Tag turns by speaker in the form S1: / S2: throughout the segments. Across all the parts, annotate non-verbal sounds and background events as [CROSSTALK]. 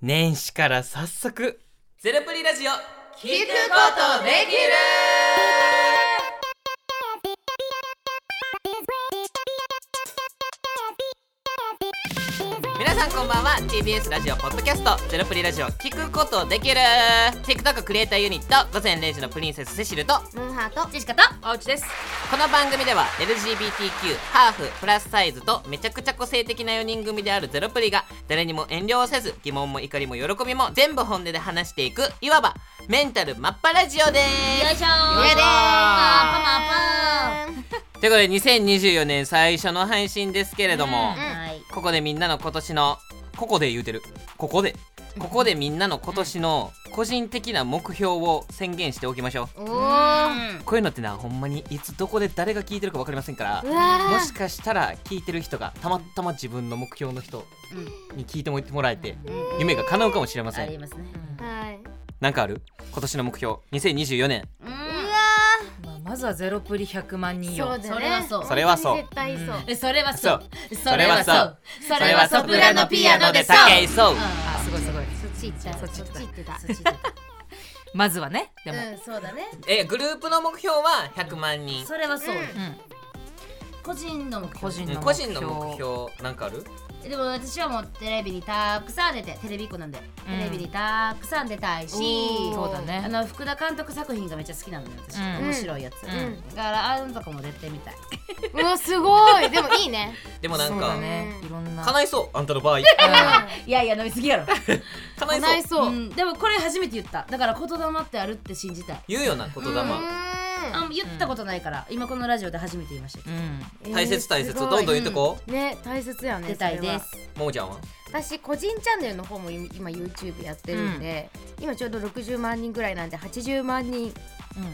S1: 年始から早速
S2: ゼロプリラジオ聞
S3: 聞くことできる
S2: 皆さんこんばんは TBS ラジオポッドキャストゼロプリラジオ聞くことできる TikTok クリエイターユニット午前0時のプリンセスセシルと
S3: ムーハーとジェシカと
S4: あうちです
S2: この番組では LGBTQ ハーフプラスサイズとめちゃくちゃ個性的な4人組であるゼロプリが誰にも遠慮をせず疑問も怒りも喜びも全部本音で話していくいわばメンタルマッパラジオで
S4: よいしょー
S3: イエーイ
S4: パンパンパンパン
S2: すということで2024年最初の配信ですけれども、
S3: うん
S4: はい
S2: ここでみんなの今年のここで言うてるここでここでみんなの今年の個人的な目標を宣言しておきましょ
S3: おお
S2: うこういうのってなほんまにいつどこで誰が聞いてるか分かりませんからもしかしたら聞いてる人がたまたま自分の目標の人に聞いてもらえて夢が叶うかもしれませ
S4: あり
S2: ん
S4: ますね
S3: はい
S2: なんかある今年の目標2024年
S4: う
S3: うんわ
S5: まあ、まずはゼロプリ100万人
S3: ー
S5: よ
S3: そうだね
S4: それはそう
S2: それはそう
S3: 絶対そう
S4: えそれは
S2: そ
S4: そうう
S2: それはそう
S4: それはソプラノピアノでそう
S2: 竹井そう
S5: あすごいすごい
S3: そっち行った
S5: そっち
S3: そ
S5: 行
S3: っ
S5: った
S3: ち行ってた
S5: そっち行ってたまずはねでも、
S3: うんそうだね
S2: えグループの目標は100万人
S4: それはそう
S3: うん
S5: うん
S4: 個人の目標
S5: 個人の目標
S2: 個人の目標なんかある
S4: でも私はもうテレビにたくさん出てテレビっ子なんで
S5: うん
S4: テレビにたくさん出たいし
S5: そうだね
S4: あの福田監督作品がめっちゃ好きなのよ私
S5: うん
S4: 面白いやつ
S5: ん
S4: だからああいうのとかも出てみたいう
S3: わすごいでもいいね
S2: でもなん
S5: そうだ
S2: か
S5: ねいろんな
S2: 叶いそうあんたの場合
S4: いやいや飲みすぎやろ
S2: 叶い
S3: 叶
S2: そ
S3: いうそうう
S4: うんんでもこれ初めて言っただから言霊ってあるって信じたい
S2: 言うよな言霊
S4: あ言ったことないから、今このラジオで初めて言いました、
S5: うん
S2: 大切大切どんどん言ってこ
S3: ね大切やね
S4: 出たいです
S3: それは
S2: ももちゃんは
S3: 私個人チャンネルの方も今今 YouTube やってるんで今ちょうど60万人ぐらいなんで80万人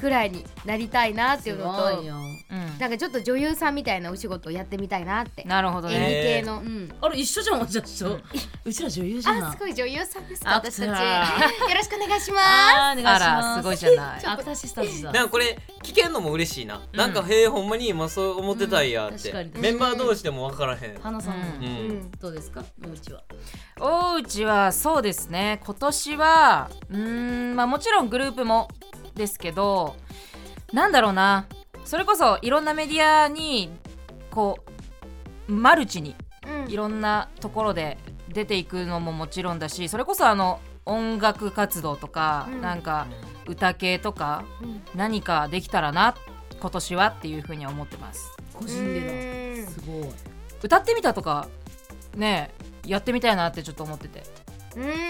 S3: ぐらいになりたいなっていうのと
S4: よ、
S5: うん
S3: なんかちょっと女優さんみたいなお仕事をやってみたいなって
S5: なるほど
S3: 演技
S5: ね
S3: 系の、
S4: うん、あれ一緒じゃんじゃ一緒、ううちら女優じゃん
S3: あす
S4: い
S3: ごい女優さんですか
S4: あ
S3: 私たち
S4: そ
S3: よ
S4: う
S3: ろしくお願いします
S4: あーお願い
S5: あ
S4: します
S5: らすごいじゃない
S4: アクターシスターズだ
S2: なんかこれ聞けんのも嬉しいな、
S5: ん
S2: なんかへえほんまに今そう思ってたんやって、
S4: うん確かに
S2: メンバー同士でも分からへん、
S4: 花さん、
S2: うん
S5: う
S3: うん
S4: どうですかもううちは
S5: おうちはそうですね今年はうーんまあもちろんグループもですけどなんだろうなそれこそいろんなメディアにこうマルチに
S3: うん
S5: いろんなところで出ていくのももちろんだしそれこそあの音楽活動とか、
S3: うん
S5: なんか歌系とか
S3: うん
S5: 何かできたらな今年はっていうふうには思ってます
S4: 個人で
S3: う
S4: だ
S3: ん
S4: すごい
S5: 歌ってみたとかねやってみたいなってちょっと思ってて、
S3: うん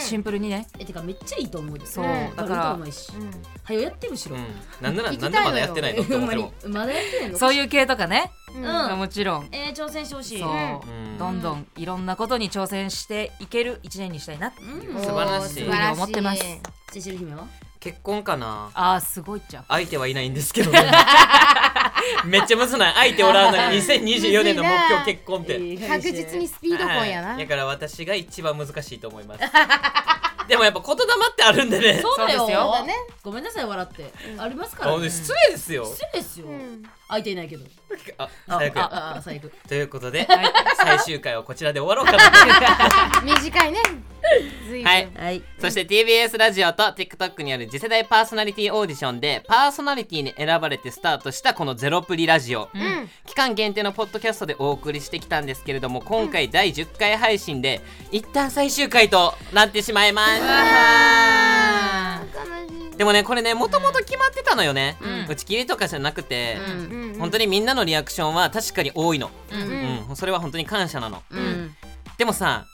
S5: シンプルにね
S4: えてかめっちゃいいと思うで
S5: そう、
S3: うん
S5: だか
S4: だから
S5: ら
S4: ういし
S3: うん
S4: はよやってむし
S2: う
S4: ろ、
S2: ん、なんなら
S3: 聞き
S2: な
S3: たい
S2: ん
S3: のよ
S2: でまだやってないのって思ってるもん
S4: ほんまにまだやってんの
S5: そう
S4: う
S5: いう系とかね、
S3: うん
S4: うん
S5: もちろん
S4: えー、挑戦してほしい
S5: そう、
S2: うん
S5: どんどんいろんなことに挑戦していける一年にしたいなって
S4: うん
S3: おー
S2: 素晴らしい
S3: 素晴らし
S5: 思ってます
S4: セシル姫は
S2: 結婚かな
S5: あーすごいじゃん
S2: 相手はいないんですけどねめっちゃむずない相手おらんのに2024年の目標結婚って
S3: 確実にスピード婚やな、
S2: はいだから私が一番難しいと思いますでもやっぱ言霊ってあるんでね
S4: そうだよ
S5: そうですよ
S3: そうだね
S4: ごめんなさい笑って、ありますか
S2: あ
S4: ら、
S2: ほん
S4: ね、
S2: で失礼ですよ
S4: 失礼ですよ、
S3: うん
S4: 空いていないけど
S2: あ
S4: あ
S2: 早く
S4: ああ最悪
S2: ということで、最終回はこちらで終わろうかな
S3: 短いね随分、
S2: はい
S4: はい
S2: そして TBS ラジオと TikTok による次世代パーソナリティオーディションでパーソナリティに選ばれてスタートしたこの「ゼロプリラジオ」
S3: うん
S2: 期間限定のポッドキャストでお送りしてきたんですけれども今回第10回配信で一旦最終回となってしまいました
S3: 悲しい
S2: でもねこれねもともと決まってたのよね、打ち切りとかじゃなくて、
S3: うん
S2: 本当にみんなのリアクションは確かに多いの、
S3: うん
S2: うん、それは本当に感謝なの、
S4: うん
S2: でもさ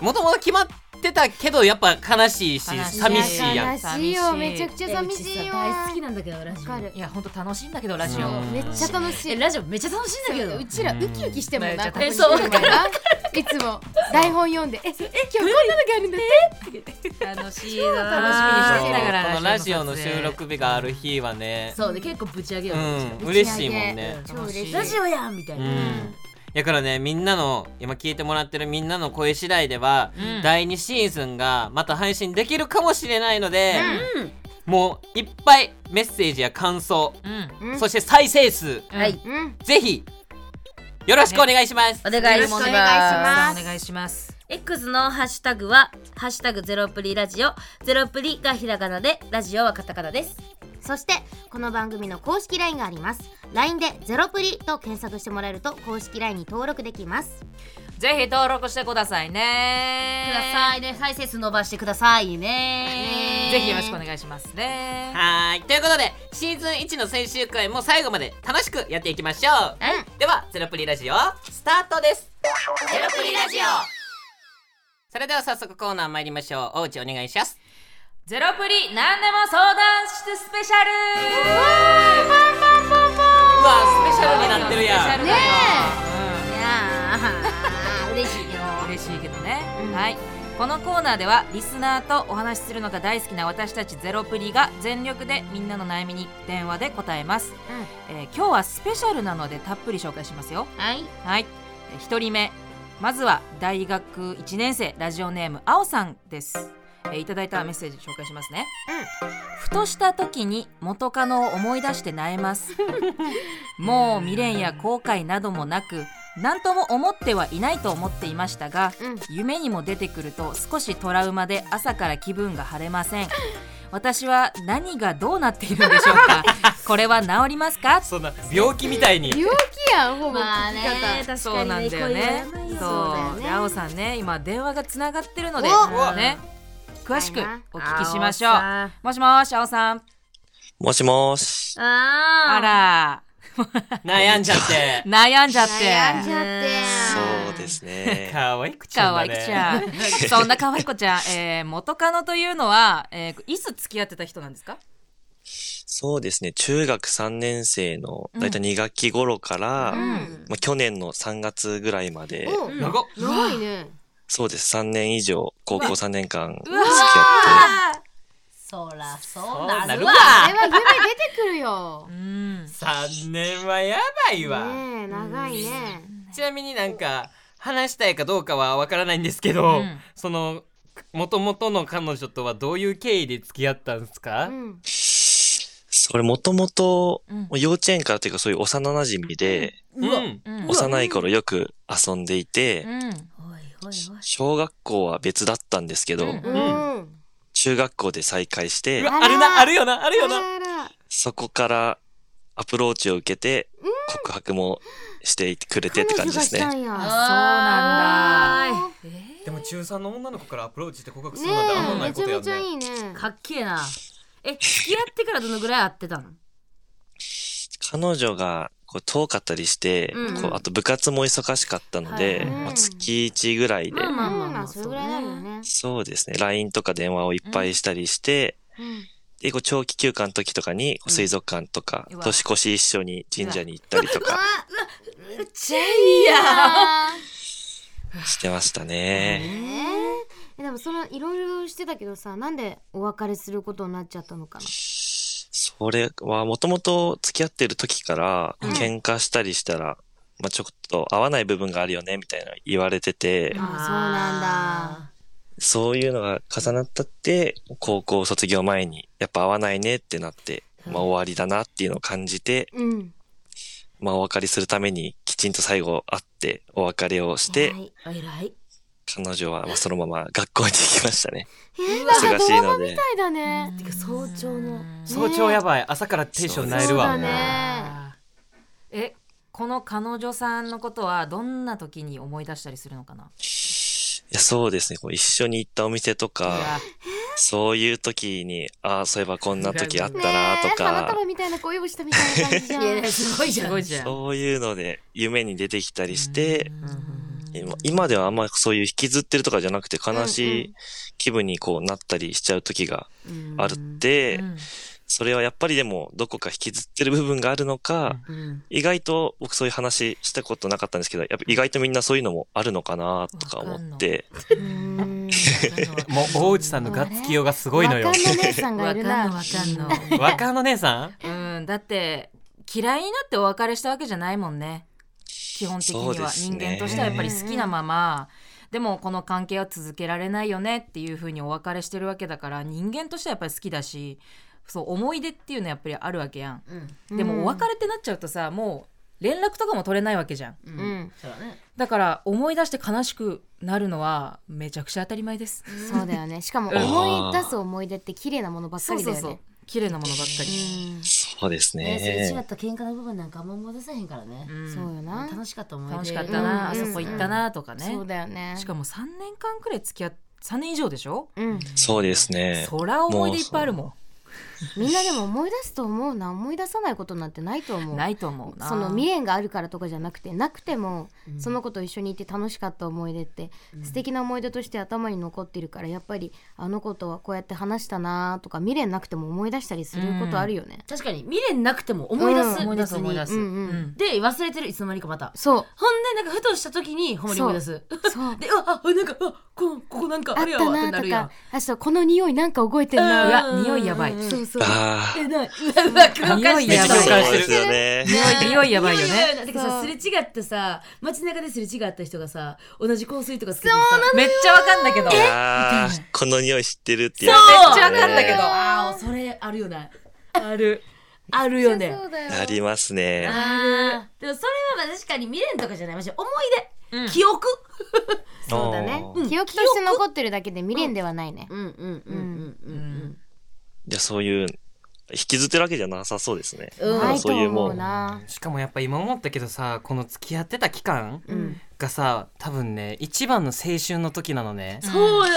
S2: もともと決まってたけどやっぱ悲しいし
S5: 悲しい
S2: 寂しいやん
S3: 悲しい
S5: 寂
S3: よ
S5: しい
S3: めちゃくちゃ寂しいよ
S4: 大好きなんだけどラ
S3: わ
S4: ジ
S3: か
S4: オ
S3: る
S5: いやほんと楽しいんだけどラジ
S2: う
S5: オ、
S2: ん
S3: めっちゃ楽しい
S4: えラジオめっちゃ楽しいんだけど
S3: うちらウキウキしてもんな、
S5: うん
S3: ここに
S4: えそう
S3: 来る前ないつも台本読んで「ええ今日こんなのがあるんだ
S5: 楽しみにして
S2: そ
S4: 楽しいな
S2: う
S5: きたから
S2: このラジオの収録日がある日はね
S4: そうで結構ぶち上げよう
S2: うん
S3: 打ち上げ
S2: 嬉しいもんね
S3: 超嬉しい
S4: ラジオやんみたい
S2: うん、
S4: な、
S2: だからねみんなの今聞いてもらってるみんなの声次第では、
S5: うん
S2: 第2シーズンがまた配信できるかもしれないので、
S4: うん
S2: もういっぱいメッセージや感想、
S5: うん
S3: うん
S2: そして再生数
S4: はい」
S3: うん
S2: ぜひよろしくお願いします、
S4: お願いし
S5: よろしくお
S4: ます
S3: 願いします
S5: お願いします
S6: X のハッシュタグは「ハッシュタグゼロプリラジオ」ゼロプリがひらがなでラジオはカタカナです
S7: そしてこの番組の公式 LINE があります LINE で「ゼロプリ」と検索してもらえると公式 LINE に登録できます
S5: ぜひ登録してくださいね
S6: くださいね再生数伸ばしてくださいね
S5: ぜひよろしくお願いしますね
S2: はーいということでシーズン1の最終回も最後まで楽しくやっていきましょう、では「ゼロプリラジオ」スタートですゼロプリラジオそれでは早速コーナー参りましょうおうちお願いします
S5: ゼロプリ何でも相談室スペシャル
S2: うわスペシャルになってるやん
S5: ね
S7: いやー嬉しいよ
S5: 嬉しいけどね、はいこのコーナーではリスナーとお話しするのが大好きな私たちゼロプリが全力でみんなの悩みに電話で答えます、えー今日はスペシャルなのでたっぷり紹介しますよ
S6: はい
S5: はいえー一人目まずは大学1年生ラジオネームあおさんですえーいただいたメッセージ紹介しますね、ふとした時に元カノを思い出して萎えます [LAUGHS] もう未練や後悔などもなく何とも思ってはいないと思っていましたが、夢にも出てくると少しトラウマで朝から気分が晴れません私は何がどうなっているんでしょう [LAUGHS] かこれは治りますか
S1: そんな病気みたいに
S3: 病気やんほぼ聞き方、
S6: まあね確かにね
S5: そうなんだよね
S6: 恋は病。
S5: そう
S7: そうだよね
S5: で、あおさんね、今電話がつながってるので、
S7: お
S5: ね、詳しくお聞きしましょう
S6: 青さん。
S5: もしもし、あおさん。
S8: もしもーし。
S5: あ
S6: あ
S5: ら、
S2: 悩んじ
S5: [LAUGHS]
S2: ゃって
S5: 悩んじゃ
S7: 悩
S5: っ
S7: ん
S5: て。
S7: じゃって
S8: そうです
S5: [LAUGHS]
S8: ね。
S1: 可愛くちゃ
S5: 可
S1: んだ
S5: 愛
S1: ね
S5: い子ちゃん。そんな可愛い子ちゃん、 [LAUGHS] えー、元カノというのは、えー、いつ付き合ってた人なんですか？
S8: そうですね。中学3年生のだいたい2学期頃から、まあ、去年の3月ぐらいまで、
S7: お
S2: 長っ
S7: 長いね
S8: そうです。3年以上、高校3年間付き
S5: わ
S8: 合っ
S6: そらそ
S1: そうう
S6: な
S1: な
S6: る
S1: る
S6: わ
S1: わ
S7: あれは夢出てくるよ
S5: うん。
S1: 3年はやばいわ、
S7: ねえ長いね
S2: ちなみになんか話したいかどうかはわからないんですけど、
S5: うん
S2: その元々の彼女とはどういう経緯で付き合ったんですか、
S7: うん
S8: それもともと
S5: うん、
S8: 幼稚園からというかそういう幼馴染で、
S2: うん
S5: うん。
S8: 幼い頃よく遊んでいて、
S5: うん。
S6: おいおいおい
S8: 小学校は別だったんですけど、
S5: うん
S7: うん、
S8: 中学校で再会して
S1: う、わあるなあるよなあるよな
S7: あら
S8: そこからアプローチを受けて、告白もしてくれてって感じ
S5: [LAUGHS]
S8: ですね。
S7: 彼女がしたんや
S5: あそうなんだ。
S1: でも中3の女の子からアプローチして告白す
S7: ね
S1: るなんてあんま
S7: え
S1: ない
S7: め
S1: こ
S7: ちゃ
S1: とや
S7: め
S1: ん
S7: ちゃ
S1: ね
S7: いいね
S6: かっけえなえ付き合ってからどのぐらい会ってたの
S8: 彼女がこう遠かったりして、
S6: うん
S8: こうあと部活も忙しかったので、
S5: はい
S8: まあ月1ぐらいで、
S6: まあまあ
S7: うん
S6: ま
S7: ま
S6: あ
S7: あそれぐらいだよね
S8: そうですね LINE とか電話をいっぱいしたりして、でこう長期休暇の時とかにこう水族館とか、
S5: うんうわ
S8: 年越し一緒に神社に行ったりとか
S6: ちゃい
S7: あ
S8: してましたね。
S7: ーねえでもそのいろいろしてたけどさなんでお別れすることになっちゃったのかな
S8: それはもともと付き合ってる時から喧嘩したりしたら、まあ、ちょっと合わない部分があるよねみたいなの言われてて、
S7: あそうなんだ
S8: そういうのが重なったって、高校卒業前に、やっぱ合わないねってなって、まあ終わりだなっていうのを感じて、
S7: うん
S8: まあお別れするためにきちんと最後会ってお別れをして、
S7: はい
S6: あ偉い
S8: 彼女はまあそのまま学校に行きましたね。
S7: えー、なんか
S8: 忙しいので
S7: み。たいだね
S6: てか早朝の
S1: 早朝やばい朝からテンションなえるわ
S7: そうだね
S5: あーえこの彼女さんのことはどんな時に思い出したりするのかない
S8: やそうですね。こう一緒に行ったお店と
S5: うわ
S8: か、そういう時に、ああ、そういえばこんな時あったなと
S7: え花
S8: か、
S7: 束みたいな恋をしたみたいな感じじ
S4: [LAUGHS]
S7: ゃん
S6: すごいじ
S5: す
S6: ゃん
S5: ごいじゃん
S8: そういうので夢に出てきたりして、
S5: うん
S8: 今今ではあんまりそういう引きずってるとかじゃなくて悲しい気分にこうなったりしちゃう時があるって、
S5: うん
S8: それはやっぱりでもどこか引きずってる部分があるのか、
S6: うん
S8: 意外と僕そういう話したことなかったんですけど、やっぱ意外とみんなそういうのもあるのかなとか思って、
S3: [LAUGHS]
S7: うん
S1: もう大内さんのガッツキよがすごいのよ
S7: わかんの姉さんが
S5: わ
S7: い
S5: かん
S7: る
S5: の
S7: な
S5: わかんの
S1: 若の姉さん
S5: うんだって嫌いになってお別れしたわけじゃないもんね基本的
S8: そう
S5: に
S8: で
S5: は、
S8: す
S5: 人
S8: ね
S5: 間としてはやっぱり好きなままでもこの関係は続けられないよねっていうふうにお別れしてるわけだから人間としてはやっぱり好きだしそう思い出っていうのはやっぱりあるわけやん、
S6: うん
S5: でもお別れってなっちゃうとさもう連絡とかも取れないわけじゃん
S7: うん
S8: うん。
S3: そうだね
S5: だから思い出して悲しくなるのはめちゃくちゃ当たり前です
S3: そうだよねしかも
S5: うん
S3: 思い出す思い出って綺麗なものばっかりだよね
S5: 綺麗なものばっかり
S8: そうです
S4: ねすれ違
S8: ね
S4: っ。た喧嘩の部分なんかあんま思い出せへんからね、
S5: うん
S3: そうよな
S4: 楽しかった思い出
S5: 楽しかったな、
S3: うん
S5: あそこ行ったなとかね、
S3: そうだよね
S5: しかも3年間くらい付き合っ3年以上でしょ、
S3: うん
S8: そうですね。
S5: そら思い出いっぱいあるも
S3: みんなでも思い出すと思うな思い出さないことなんてないと思
S5: ん
S3: う
S5: ないと思うな
S3: その未練があるからとかじゃなくてなくても、その子と一緒にいて楽しかった思い出って、素敵な思い出として頭に残ってるからやっぱりあの子とはこうやって話したなとか未練なくても思い出したりすることあるよね、
S4: 確かに未練なくても思い出す、
S3: うん
S5: 思い出す
S4: 別に
S5: 思い出す、
S3: うんうん
S4: で忘れてるいつの間にかまた
S3: そう
S4: [LAUGHS] ほんでなんかふとした時にほんまに思い出す
S3: そう
S4: でああなんかあこここなんか
S3: あ
S4: あ
S3: っ
S4: れやわ
S3: た
S4: ってな
S3: な
S4: る
S3: と
S4: や
S3: か
S4: ん
S3: あそうこの匂いなんか覚えてる
S4: うん
S5: い
S3: な
S5: や匂いやばい、
S3: そうそう
S8: あ
S4: えななんか共感して
S5: 匂いや
S4: る
S5: ばい
S8: あ、そうですよね。
S5: 匂い匂いやばいよ
S4: 匂い
S5: ね
S4: やばいだけどさすれ違ってさ街中ですれ違った人がさ同じ香水とかつけてさ
S5: めっちゃわかんだけどめっ
S8: あーこの匂い知ってるっていう。
S4: そう
S5: ちゃわかんだけど
S4: あーそれあるよねあるあるよね
S3: そうだよ
S8: ありますね。
S4: あるでもそれはまあ確かに未練とかじゃないまし思い出、記憶
S3: そうだね、
S8: おー
S3: 記憶として残ってるだけで未練ではないね、
S4: うんうんうんうんうん
S8: じゃあそういう、引きずってるわけじゃなさそうですね。
S4: うん
S3: な
S8: ないい
S3: と
S8: と思
S3: 思う
S8: う
S3: な
S1: しかもやっぱ今思ったけどさこの付き合ってた期間
S4: ん
S1: がさ多分ね一番の青春の時なのね
S4: そうよ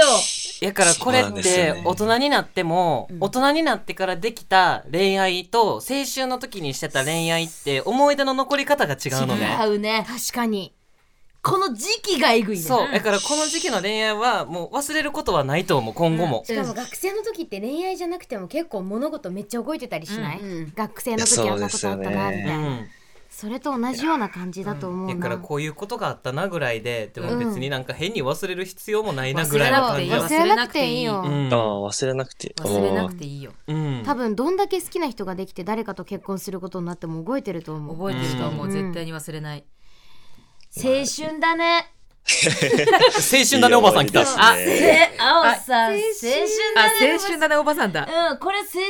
S1: やからこれ
S8: そうなん
S1: っ
S8: ですよ
S1: て
S8: ね
S1: 大人になっても
S4: ん
S1: 大人になってからできた恋愛と青春の時にしてた恋愛って思い出の残り方が違うのね
S4: 違うね
S3: 確かに
S4: この時期がえぐいね
S1: そうだからこの時期の恋愛はもう忘れることはないと思う今後も
S3: しかも学生の時って恋愛じゃなくても結構物事めっちゃ動いてたりしない、
S4: うん
S3: 学生の時あんなことあったなみたいな
S1: う
S3: そ,、
S1: ん
S3: れと同じような感じだと思うな、
S1: だからこういうことがあったなぐらいででも別になんか変に忘れる必要もないな
S5: 忘
S1: ぐ
S5: れ
S1: らいの
S5: なく
S1: 感
S5: て
S1: じ
S5: いい
S1: だ
S3: 忘れなくていいよ、
S1: うん
S8: ああ、忘れなくて。
S5: 忘れなくていいよ
S1: うん
S3: 多分どんだけ好きな人ができて誰かと結婚することになっても覚えてると思う
S5: 覚えてると思う、
S3: うん
S5: 絶対に忘れない
S4: 青春だね
S1: 青春だねおばさん来た
S8: あ、ね
S4: え青さん青春
S5: あ
S4: だね
S5: 青春だねおばさんだ、
S4: うん、これ青春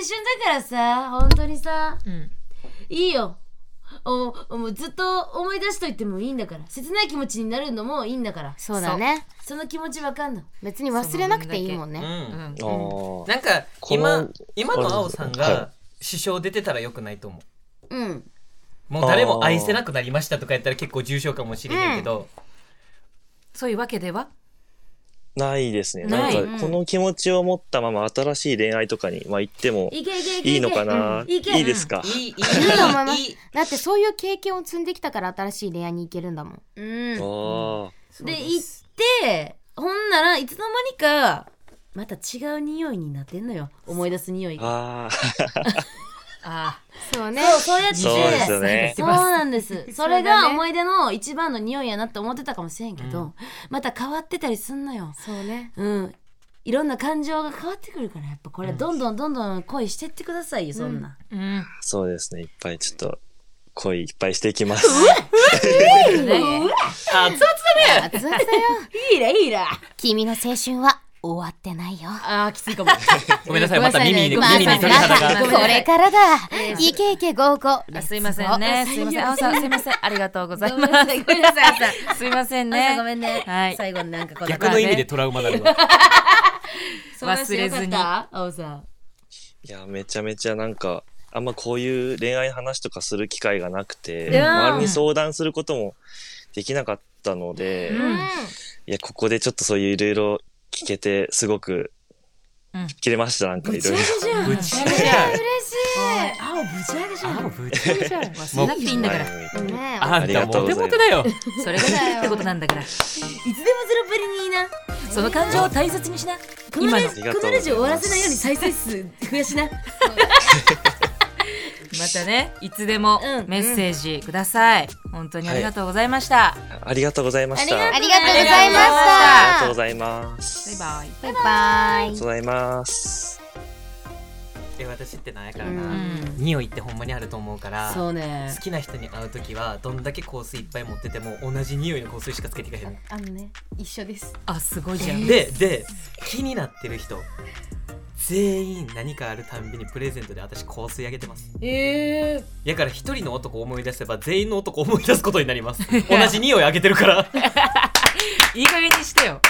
S4: だからさ、本当にさ、
S5: うん
S4: いいよ。おもうずっと思い出しといてもいいんだから切ない気持ちになるのもいいんだから
S3: そうだね
S4: その気持ちわかんの
S3: 別に忘れなくていいもん
S1: う
S3: ね
S1: ん
S5: うん
S8: あー
S1: なんか
S8: こ
S1: 今
S8: の
S1: 今の青さん
S8: はい
S1: が支障出てたらよくないと思う
S4: うん
S1: もう誰も愛せなくなりましたとかやったら結構重症かもしれへんけど、
S5: そういうわけでは
S8: ないですね。
S5: な
S8: ないんか、この気持ちを持ったまま新しい恋愛とかに、まあ、行っても
S4: いけいけいけ
S8: いいのかな。
S4: いけ
S8: いいですか。
S1: いいいいいい
S3: いいと思います
S1: いい
S3: だって [LAUGHS] そういう経験を積んできたから新しい恋愛に行けるんだもん
S4: うんで
S8: ああ。
S4: 行ってほんならいつの間にかまた違う匂いになってんのよ思い出す匂いが
S8: ああ、
S5: あ
S3: そうね
S4: そうそうやって
S8: そうですよね。
S4: そうなんで
S3: [LAUGHS]
S4: す。それ
S3: そうだ
S4: が
S3: ね
S4: 思い出の一番の匂いやなって思ってたかもしれんけど、また変わってたりすんのよ。
S3: そうね
S4: うん。いろんな感情が変わってくるから、やっぱこれどんどんどんどん恋してってくださいよ、そんな。
S5: ーうん
S8: そうですね。いっぱいちょっと恋いっぱいしていきます。
S3: 熱々だよ
S4: いいらいいら。
S3: 君の青春は終わってないよ
S4: あー、きついかも。
S1: ごめんなさいまた耳に
S3: ごめん
S1: 耳
S3: な
S1: に
S3: さい
S1: 鳥肌
S3: ま
S1: が
S3: だこれからだイケイケゴーゴー
S5: あすいませんね。すいません。あおさん、すいません。ありがとうございます。
S4: ごめんなさい、朝。
S5: すいません
S4: 朝
S5: ね。
S4: ごめんね。
S5: はい
S4: 最後になんかこの
S1: 逆の意味でトラウマなるわ
S5: 忘れずに。
S4: 青さん。
S8: いや、めちゃめちゃなんか、あんまこういう恋愛話とかする機会がなくて、
S4: いやー
S8: 周りに相談することもできなかったので、いや、ここでちょっとそういういろいろ聞けて、すごく
S5: うん、
S8: 切れました、なんかいろ
S5: [LAUGHS]
S8: いろ。
S1: ぶち上げじゃん
S4: 青ぶち上げじゃん。
S1: 青ぶち上げじゃん
S5: 忘れなくていいんだから。
S8: はい
S3: ね
S1: あんたモテモテだよ
S5: それが大事ってことなんだから。
S4: いつでもゼロプリにいいな。
S5: その感情を大切にしな。
S4: このラ
S8: あ
S4: ジこ
S8: りがとうござ
S4: の
S8: います
S4: ラジオ終わらせないように再生数増やしな。
S5: またね、いつでも
S4: うん
S5: メッセージください。本当にありがとうございました。
S8: ありがとうございました。あ
S3: あ
S8: り
S3: りがとうございま
S8: がとう
S3: し
S8: ございます。
S5: バイバイ。
S3: たバイバイ
S8: ありがとうございます。
S1: え私ってなんやから
S5: う
S1: な、
S5: ん。
S1: 匂いってほんまにあると思うから
S4: うね
S1: 好きな人に会う時はどんだけ香水いっぱい持ってても同じ匂いの香水しかつけていかへん
S3: あのね一緒です
S5: あ、すごいじゃん。
S1: でで気になってる人全員何かあるたんびにプレゼントで私香水あげてます
S4: ええ
S1: やから一人の男を思い出せば全員の男を思い出すことになります同じ [LAUGHS] 匂いあげてるから
S5: いい加減にしてよ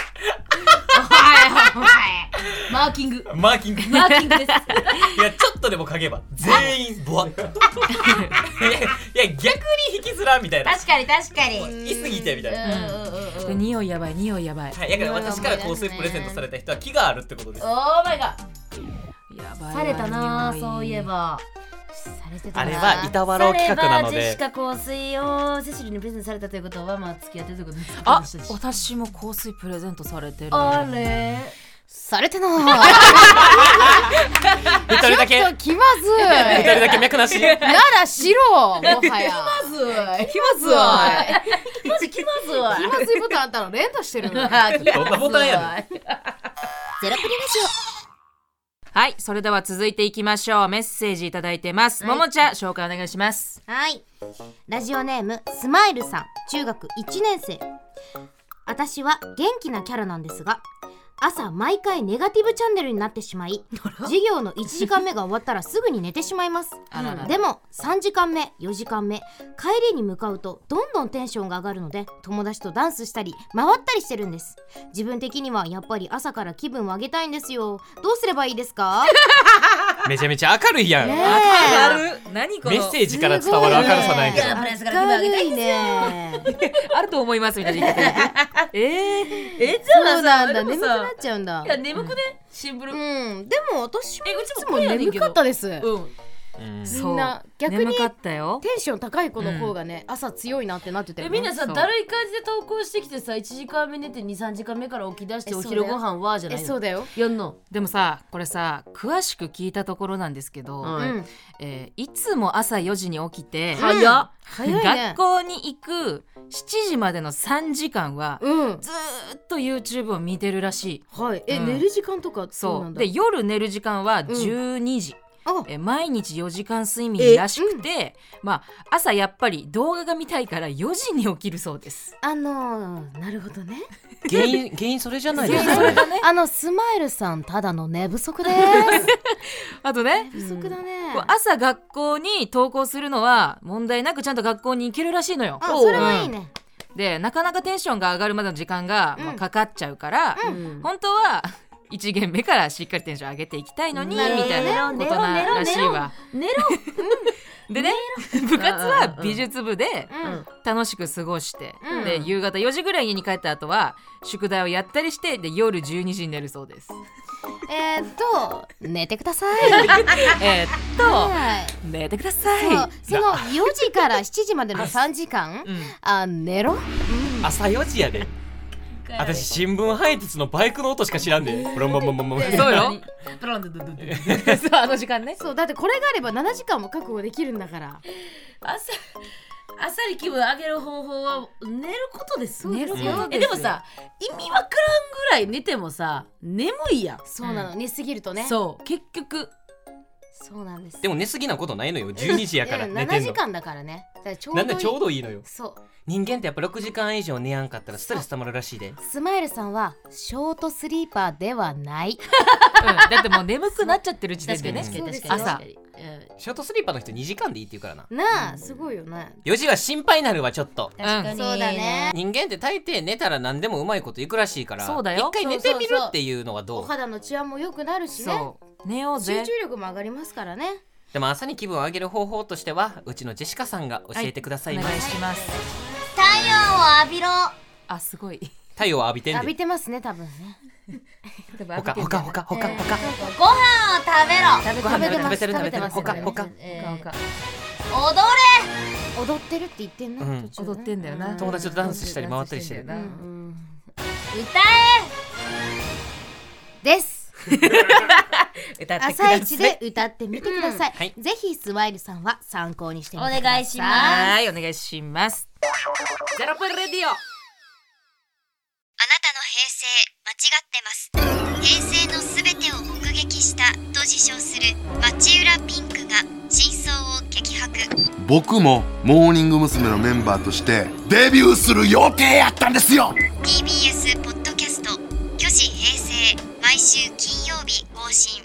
S4: マーキング
S1: [LAUGHS] マーキングい
S4: マーキングです
S1: やちょっとでも嗅げば全員ボワ [LAUGHS] ッいやいや逆に引きずらんみたいな
S9: 確かに確かに
S1: 言いすぎてみたいな
S5: で匂いやばい匂いやばい
S1: はい、やから私から香水プレゼントされた人は気があるってことです
S9: オーマイガ
S5: やばいわ
S4: されたなそういえば
S9: されて
S1: あれは板わらを企画なの
S4: さればジェシ
S1: で
S4: カ香水をセシルにプレゼントされたということはまあ付き合ってるということです
S5: あ
S4: 私たち
S5: 私も香水プレゼントされてる
S4: あれ
S10: されてない
S1: 一人だけ
S10: ちょっと
S1: 一
S10: 気まず
S1: 人
S10: い
S1: だけ脈なし
S10: ならしろもはや
S4: 気まずい
S10: 気まずい気
S4: マジ気まずい
S10: まずいボタンあったの連打してるの
S1: どんなボタンやねん
S3: ゼロプリラジ
S5: はいそれでは続いていきましょうメッセージいただいてます、ももちゃん紹介お願いします
S3: オはいラジオネームスマイルさん中学1年生私は元気なキャラなんですが朝毎回ネガティブチャンネルになってしまい授業の1時間目が終わったらすぐに寝てしまいます
S5: あらら
S3: でも3時間目4時間目帰りに向かうとどんどんテンションが上がるので友達とダンスしたり回ったりしてるんです自分的にはやっぱり朝から気分を上げたいんですよどうすればいいで
S1: [LAUGHS]
S3: すか
S1: めちゃめちゃ明るいやん、
S3: ねえ
S5: 何この
S1: メッセージから伝わる明るさないけど
S4: プレスから
S3: 明
S4: 気分
S3: る
S4: 上げ
S3: いね
S5: あると思いますみたいな言い方えー、
S4: えじ
S3: そ
S4: ゃあ
S3: うなんだ
S4: で
S3: 眠
S4: も
S3: く
S4: さ
S3: なっちゃうんだ
S4: いや眠くねシンプル
S3: うんでも私も
S4: えう
S3: い
S4: ちも
S3: つも
S4: これやねん
S3: 眠
S4: けど
S3: かったですテ
S4: うん
S1: うん
S5: そう
S10: みんな逆に
S5: 眠かったよ
S3: ンション高い子
S5: の方
S3: がね朝強いなってなってた
S4: えみんなさ
S5: そう
S4: だるい感じで投稿してきてさ1時間目寝て23時間目から起き出して
S3: え
S4: お
S3: そうだ
S4: 昼
S3: よ
S4: ご飯はじゃないの
S3: だよ
S4: やんの
S5: でもさこれさ詳しく聞いたところなんですけど、
S4: は
S3: う
S4: い
S3: ん
S5: えーいつも朝4時に起きて、
S4: 早っ
S3: 早いね
S5: 学校に行く7時までの3時間は
S3: うん
S5: ずーっと YouTube を見てるらしい
S3: はいえ
S5: うん
S3: 寝る時間とかそう
S5: そ
S3: な
S5: うん
S3: だ
S5: で夜寝る時間は12時、
S3: あ
S5: えー毎日4時間睡眠らしくて、まあ朝やっぱり動画が見たいから4時に起きるそうです
S3: あのーなるほどね
S1: 原因原因それじゃないです
S5: そ
S1: か
S5: れがね
S3: あのスマイルさんただの寝不足です
S5: [LAUGHS] あとね
S3: 不足だね
S5: こう朝学校に登校するのは問題なくちゃんと学校に行けるらしいのよ。
S3: あそれはいい
S5: うん
S3: ね
S5: でなかなかテンションが上がるまでの時間が、
S3: うん
S5: まあ、かかっちゃうから、
S4: うん
S5: 本当は [LAUGHS] 1限目からしっかりテンション上げていきたいのにみ
S4: なるほど
S5: たいなことならしいわ。[LAUGHS]
S4: 寝ろ
S5: でね部活は美術部で
S3: うん
S5: 楽しく過ごして、
S3: うん
S5: で夕方4時ぐらいに家に帰った後は宿題をやったりしてで夜12時に寝るそうです。
S3: えーっと寝てください
S5: えーっと
S3: はい
S5: 寝てください。
S3: そうその4時から7時までの3時間
S5: うん
S3: あ寝ろ
S1: 朝4時やで私新聞配達のバイクの音しか知らんでブロンボンボンボンボン
S5: そうよ。
S4: プロンドドドド
S5: そうあの時間ね。
S3: そうだってこれがあれば7時間も覚悟できるんだから
S4: 朝朝に気分上げる方法は寝ることです
S5: 寝ることです
S4: えでもさ意味わからんぐらい寝てもさ眠いやん
S3: そうなの寝すぎるとね
S4: そう結局
S3: そうなんです
S1: でも寝すぎなことないのよ12時やから
S3: うん
S1: 寝て
S3: 7
S1: ん
S3: 時
S1: の
S3: 間だからねだからちょうど
S1: ないん
S3: い
S1: でちょうどいいのよ
S3: そう
S1: 人間ってやっぱ6時間以上寝やんかったらストレス溜まるらしいで
S3: スマイルさんはショートスリーパーではない
S5: うんだってもう眠くなっちゃってる時点でね。
S1: 確
S4: 確かに確かに
S5: 朝
S1: ショートスリーパーの人2時間でいいって言うからな
S3: なあすごいよね
S1: 4時は心配になるわちょっと
S5: 確か
S3: にそうだね
S1: 人間って大抵寝たら何でもうまいこといくらしいから
S5: そうだよ
S1: 一回寝てみるっていうのはど
S3: お
S1: う
S3: 肌の治安も良くなるしね
S5: そう寝よう
S3: 集
S5: ぜ
S3: 中力も上がりますからね
S1: でも朝に気分を上げる方法としてはうちのジェシカさんが教えてくださ
S5: お
S1: い
S5: 願
S1: ま
S5: い
S1: す
S5: します
S3: 太陽を浴びろ
S5: あすごい
S1: 太陽を浴びてん
S3: 浴
S1: で
S3: びてますね多分ね
S1: ほかほかほかほかほか
S3: ご飯を食べろ
S1: ご飯食べてる
S3: 食
S1: 食べ
S3: べて
S1: て
S3: ま
S1: る
S3: す
S1: ほかほか
S3: 踊れ踊ってるって言ってんな、
S1: うん
S3: 途中
S5: 踊ってんだよな
S1: 友達とダンスしたり回ったりしてる
S5: ダンス
S3: う
S5: よ
S3: ん歌えです
S5: 歌ってくだ
S3: 朝
S5: さい
S3: 一で歌ってみてください、
S1: はい
S3: ぜひスワイルさんは参考にしてみてくだ
S9: お願
S3: さい
S9: いします
S5: はいお願いしますゼロプレディオ
S11: あなたの平成間違ってます平成のすべてを目撃したと自称する町浦ピンクが真相を激白
S12: 僕もモーニング娘。のメンバーとしてデビューする予定やったんですよ
S11: TBS ポッドキャスト「巨子平成」毎週金曜日更新